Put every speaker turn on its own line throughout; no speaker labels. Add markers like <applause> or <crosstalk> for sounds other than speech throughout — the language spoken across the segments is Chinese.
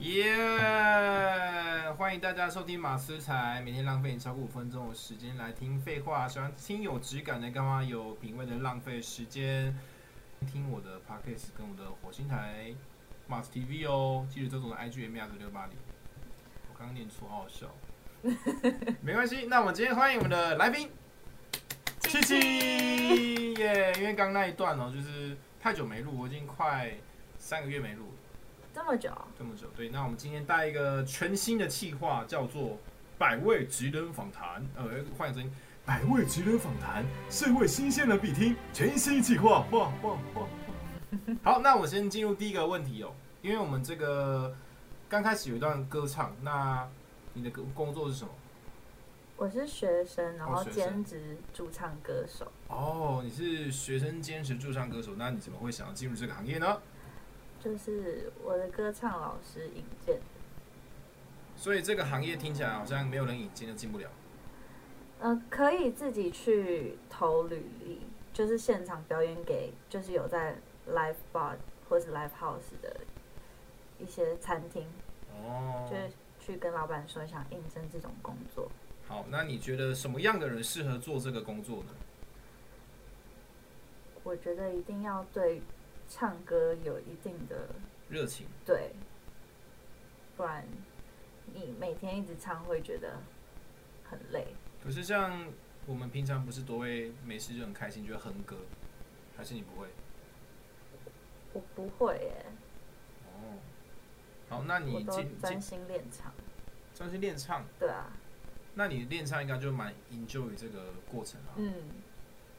耶、欢迎大家收听马思才，每天浪费你超过五分钟的时间来听废话，喜欢听有质感的，干嘛有品味的浪费时间？听我的 podcast 跟我的火星台 Mars TV 哦，记得周总的 IG M R 六八零。我刚刚念错，好好 <laughs> 笑。没关系，那我们今天欢迎我们的来宾，七七耶因为刚刚那一段哦，就是太久没录，我已经快三个月没录了。
这么久，
这么久，对，那我们今天带一个全新的企划，叫做“百位职人访谈”，呃，换个声音，“百位职人访谈”是为新鲜人必听，全新企划，哇哇哇！哇 <laughs> 好，那我先进入第一个问题哦，因为我们这个刚开始有一段歌唱，那你的工工作是什么？
我是学生，然后
哦学生
兼职驻唱歌手。
哦，你是学生兼职驻唱歌手，那你怎么会想要进入这个行业呢？
就是我的歌唱老师引荐，
所以这个行业听起来好像没有人引进就进不了。
呃，可以自己去投履历，就是现场表演给就是有在 live bar 或是 live house 的一些餐厅，
哦，
就是去跟老板说想应征这种工作。
好，那你觉得什么样的人适合做这个工作呢？
我觉得一定要对唱歌有一定的
热情，
对，不然你每天一直唱会觉得很累。
可是像我们平常不是都会没事就很开心，就会哼歌，还是你不会？
我不会耶，
哦，好，那
我
你
都
进
专
进
心练唱。
专心练唱，
对啊，
那你练唱应该就蛮 enjoy 这个过程啊。
嗯，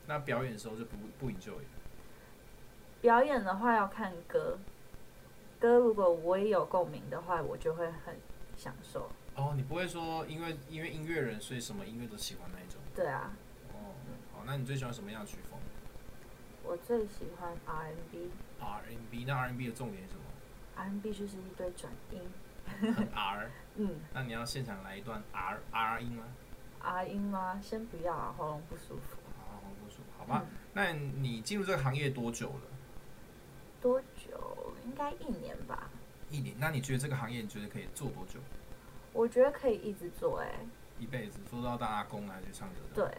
那表演的时候就不不 enjoy。
表演的话要看歌，歌如果我也有共鸣的话，我就会很享受。
哦，你不会说因为因为音乐人，所以什么音乐都喜欢那一种。
对啊，
哦，好，那你最喜欢什么样的曲风
我最喜欢 R&B，R&B
？R&B，那 R&B 的重点是什么？
就是一堆转音，
很 R，
嗯
那你要现场来一段 R R 音吗？
，R 啊音吗？先不要啊，喉咙不舒服。
好，我不说，好吧。那你进入这个行业多久了？
多久？应该一年吧。
一年。那你觉得这个行业，你觉得可以做多久？
我觉得可以一直做哎、
一辈子做到大阿公还是唱歌的？，
对，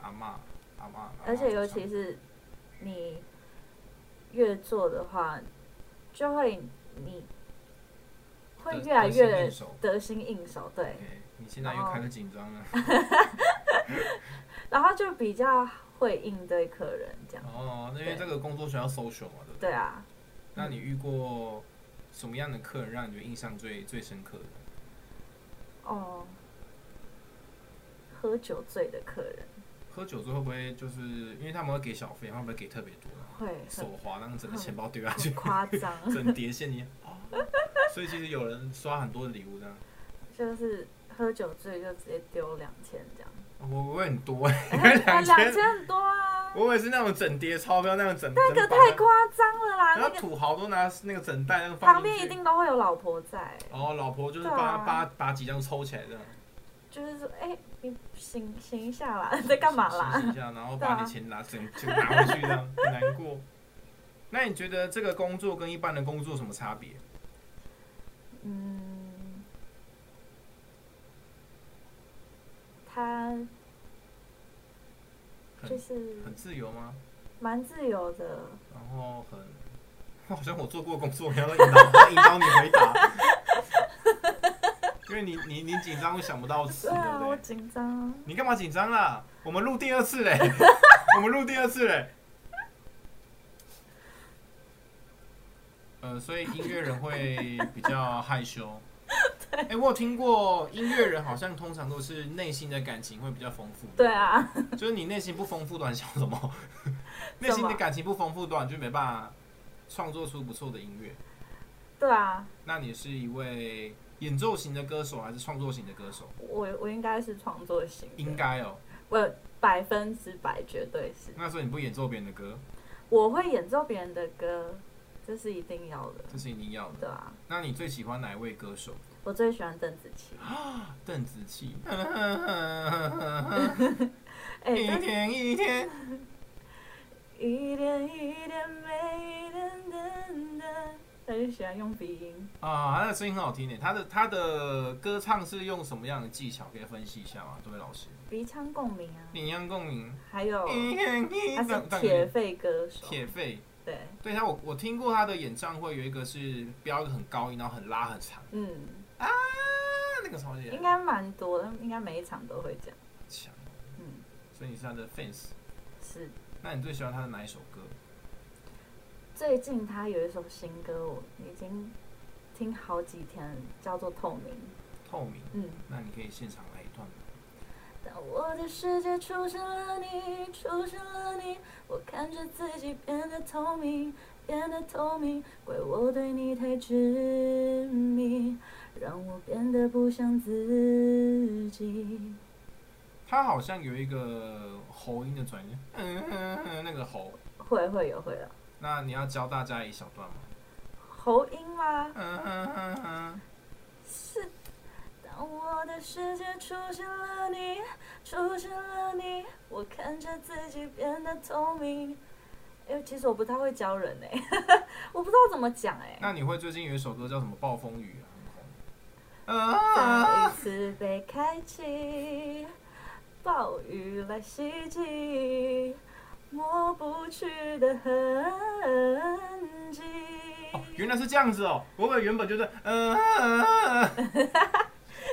阿嬷、阿嬷。
而且尤
阿
其
嬷
是你越做的话，就会你会
得
越来
得心
越哦
应手
得心应手，对，
OK，你现在又开始紧张
<laughs>
了。
然后就比较会应对客人这样，
哦，因为这个工作需要 social 嘛，对不对？
对啊，
那你遇过什么样的客人让你觉得印象最最深刻的？
哦，喝酒醉的客人
喝酒醉会不会就是因为他们会给小费，他们会给特别
<laughs>
多，
会很
手滑，让整个钱包丢下去，，
夸张
整叠现金。哦，所以其实有人刷很多的礼物这样。
就是喝酒醉就直接丢两千这样，
我我很多哎、
啊，
两
两
千，
千很多啊，
我以为是那种整叠钞票，那种整
那个太，夸张了啦，
整然
那
后
个
土豪都拿那个整袋那个放进
旁边
去
一定都会有老婆在。
哦，老婆就是
对啊
把把把几张抽起来这样，
就是说，哎、你醒醒一下啦， <laughs> 你在干嘛
洗洗
啦？
一下，然后
对啊
把你钱拿整就拿回去这样，很难过。那你觉得这个工作跟一般的工作有什么差别？
嗯，他就
很
是
很自由吗？
蛮自由的，
然后很，好像我做过的工作，你要引 <laughs> 导引导你回
<laughs>
答，因为你你你紧张会想不到词，
对
对
啊，
不
我
对？
紧张，
你干嘛紧张啦？我们录第二次
<laughs>
嘞，我们录第二次嘞。呃，所以音乐人会比较害
<laughs>
羞。哎、我有听过音乐人好像通常都是内心的感情会比较丰富。
对，啊， <laughs>
就是你内心不丰富的话，你想什么？内心的感情不丰富的话，你就没办法创作出不错的音乐。
对啊，
那你是一位演奏型的歌手还是创作型的歌手？
我我应该是创作型的，
应该哦。
我百分之百绝对是，
那时候你不演奏别人的歌，
我会演奏别人的歌，这是一定要的，
这是一定要的。
对啊，
那你最喜欢哪一位歌手？
我最喜欢邓紫棋，
啊邓紫 <laughs> 棋。
哎、
一
邓紫
天一天，
一点一点美的就喜欢用鼻音。
啊，他的声音很好听诶，他的他的歌唱是用什么样的技巧？可以分析一下吗？这位老师，
鼻腔共鸣啊，
你一样共鸣，
还有
嗯
他
他
是铁肺歌手，
铁肺，
对，
对他我我听过他的演唱会，有一个是飙一个很高音，然后很拉很长，啊
嗯，
那那个超级
应该蛮多的，应该每一场都会讲，
强，
嗯，
所以你是他的 fans。
是。
那你最喜欢他的哪一首歌？
最近他有一首新歌，我已经听好几天了，叫做《透明》，
透明。
嗯。
那你可以现场来一段吗？
当我的世界出现了你，出现了你，我看着自己变得透明，变得透明，怪我对你太执迷，让我变得不像自己。
他好像有一个喉音的转音，嗯，那 <laughs> 个喉。
会会有会有
那你要教大家一小段吗？ <laughs>
喉音吗？
嗯，
啊是。当我的世界出现了你，出现了你，我看着自己变得透明。哎、其实我不太会教人哎、 <laughs> 我不知道怎么讲哎、
那你会最近有一首歌叫什么《暴风雨》啊？
再一
啊，
次被开启，暴雨来袭击，抹不去的痕迹。
哦，原来是这样子哦，我本原本就是嗯，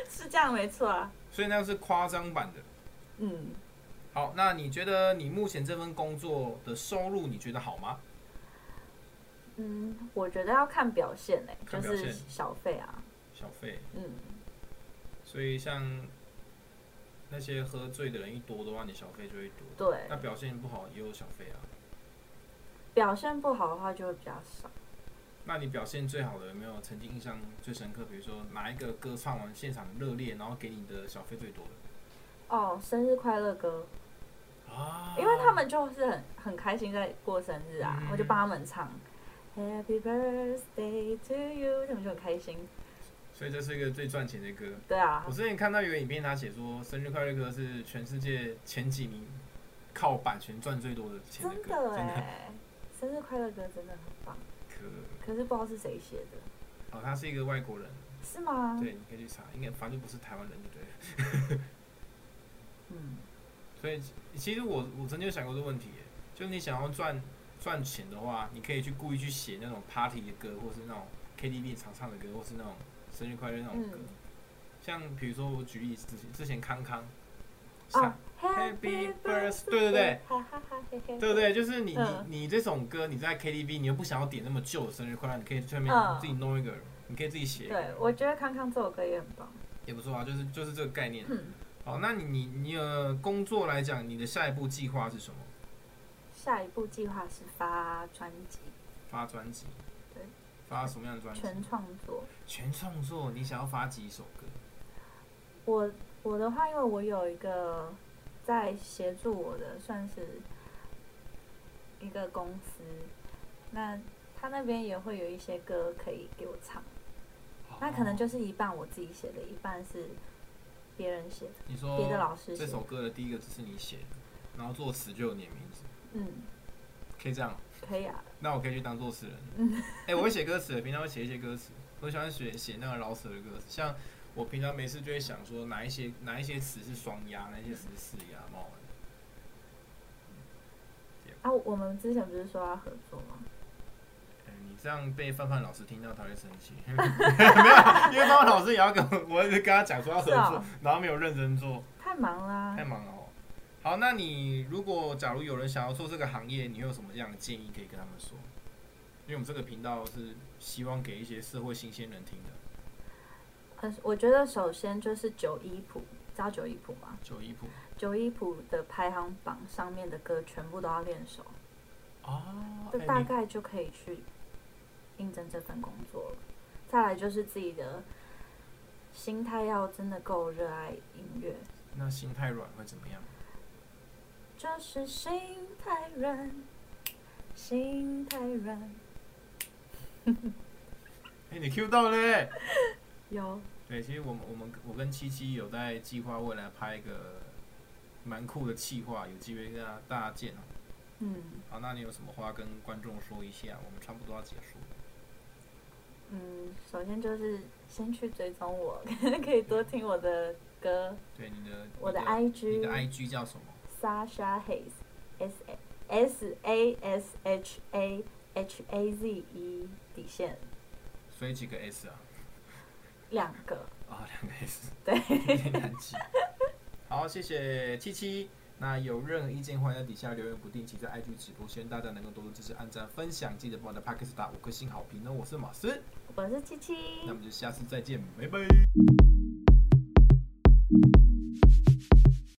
是这样没错啊。
<laughs> 所以那是夸张版的。
嗯，
好，那你觉得你目前这份工作的收入你觉得好吗？
嗯，我觉得要看表现哎、
看
就
表现
是小费啊。
小费，
嗯，
所以像那些喝醉的人一多的话，你小费就会多。
对
那，表现不好也有小费啊。
表现不好的话就会比较少。
那你表现最好的有没有曾经印象最深刻？比如说哪一个歌唱完现场热烈，然后给你的小费最多的
哦，生日快乐歌，
啊
因为他们就是很很开心在过生日啊，
嗯
我就帮他们唱 Happy Birthday to you，他们就很开心。
所以这是一个最赚钱的歌。
对啊
我，之前看到有个影片，他写说生日快乐歌是全世界前几名靠版权赚最多的钱
真
歌，
的
真的
哎，生日快乐歌真的很棒，
可。
可是不知道是谁写的，
哦，他是一个外国人，
是吗？
对，你可以去查，应该反正不是台湾人就对了。
嗯，
所以其实我我曾经有想过这个问题耶，就是你想要赚赚钱的话，你可以去故意去写那种 party 的歌，或是那种 KTV 常唱的歌，或是那种生日快乐那种歌。
嗯
像比如说我举例之前之前康康，
哦
唱
，Happy
birthday，
Birthday，
对对对，
哈哈哈嘿嘿，
对不对？就是你、
嗯
你你这种歌你在 KTV 你又不想要点那么旧的生日快乐，你可以去那边
嗯
自己弄一个，你可以自己写一
对
个，，
我觉得康康这首歌也很棒。
也不错啊，就是就是这个概念。
嗯，
好，那你你你呃工作来讲，你的下一步计划是什么？
下一步计划是发专辑，
发专辑，
对，
发什么样的专辑？
全创作。
全创作，你想要发几首歌？
我我的话，因为我有一个在协助我的，算是一个公司，那他那边也会有一些歌可以给我唱，那可能就是一半我自己写的，一半是别人写的，
你
别的
说
老师
哦这
写
首
的。
歌的第一个字是你写的，然后作词就有你的名字，
嗯，
可以这样。
可以啊，
那我可以去当作词人。嗯，哎、我会写歌词，平常会写一些歌词。我喜欢写写那个老舍的歌词，像我平常没事就会想说哪一些哪一些词是双押，哪一些词是四押，蛮好玩的。
啊，我们之前不是说要合作吗？
哎你这样被范范老师听到，他会生 <laughs> 气。没有，因为范范老师也要跟我，我一直跟他讲说要合
是
作，
哦
然后没有认真做。
太忙啦、
太忙了哦。好，那你如果假如有人想要做这个行业，你有什么样的建议可以跟他们说？因为我们这个频道是希望给一些社会新鲜人听的。
呃，我觉得首先就是九一谱，知道九一谱吗？
九一谱
九一谱的排行榜上面的歌全部都要练熟。
哦
就大概就可以去应征这份工作了。再来就是自己的心态要真的够热爱音乐，
那心太软会怎么样？
就是心太软，心太软。
哎、你 Q 到嘞！
有
对，其实我们我们我跟七七有在计划未来拍一个蛮酷的计划，有机会跟大家见哦。
嗯，
好，那你有什么话跟观众说一下？我们差不多要结束了。
嗯，首先就是先去追踪我， <laughs> 可以多听我的歌，
对你的
我
的
的
你的
IG
IG 叫什么？
Sasha Hayes S S A S H A H A Z E 底线
所以几个 S 啊？
两个，
啊、两个
<laughs>
S，
对，
<laughs> 有点难记。好，谢谢七七。那有任何意见，欢迎在底下留言，不定期在 IG 直播，希望大家能够多多支持、按赞、分享，记得帮我的 p a c k e t 打五颗星好评哦。我是马斯，
我是七七，
那我们就下次再见，拜拜。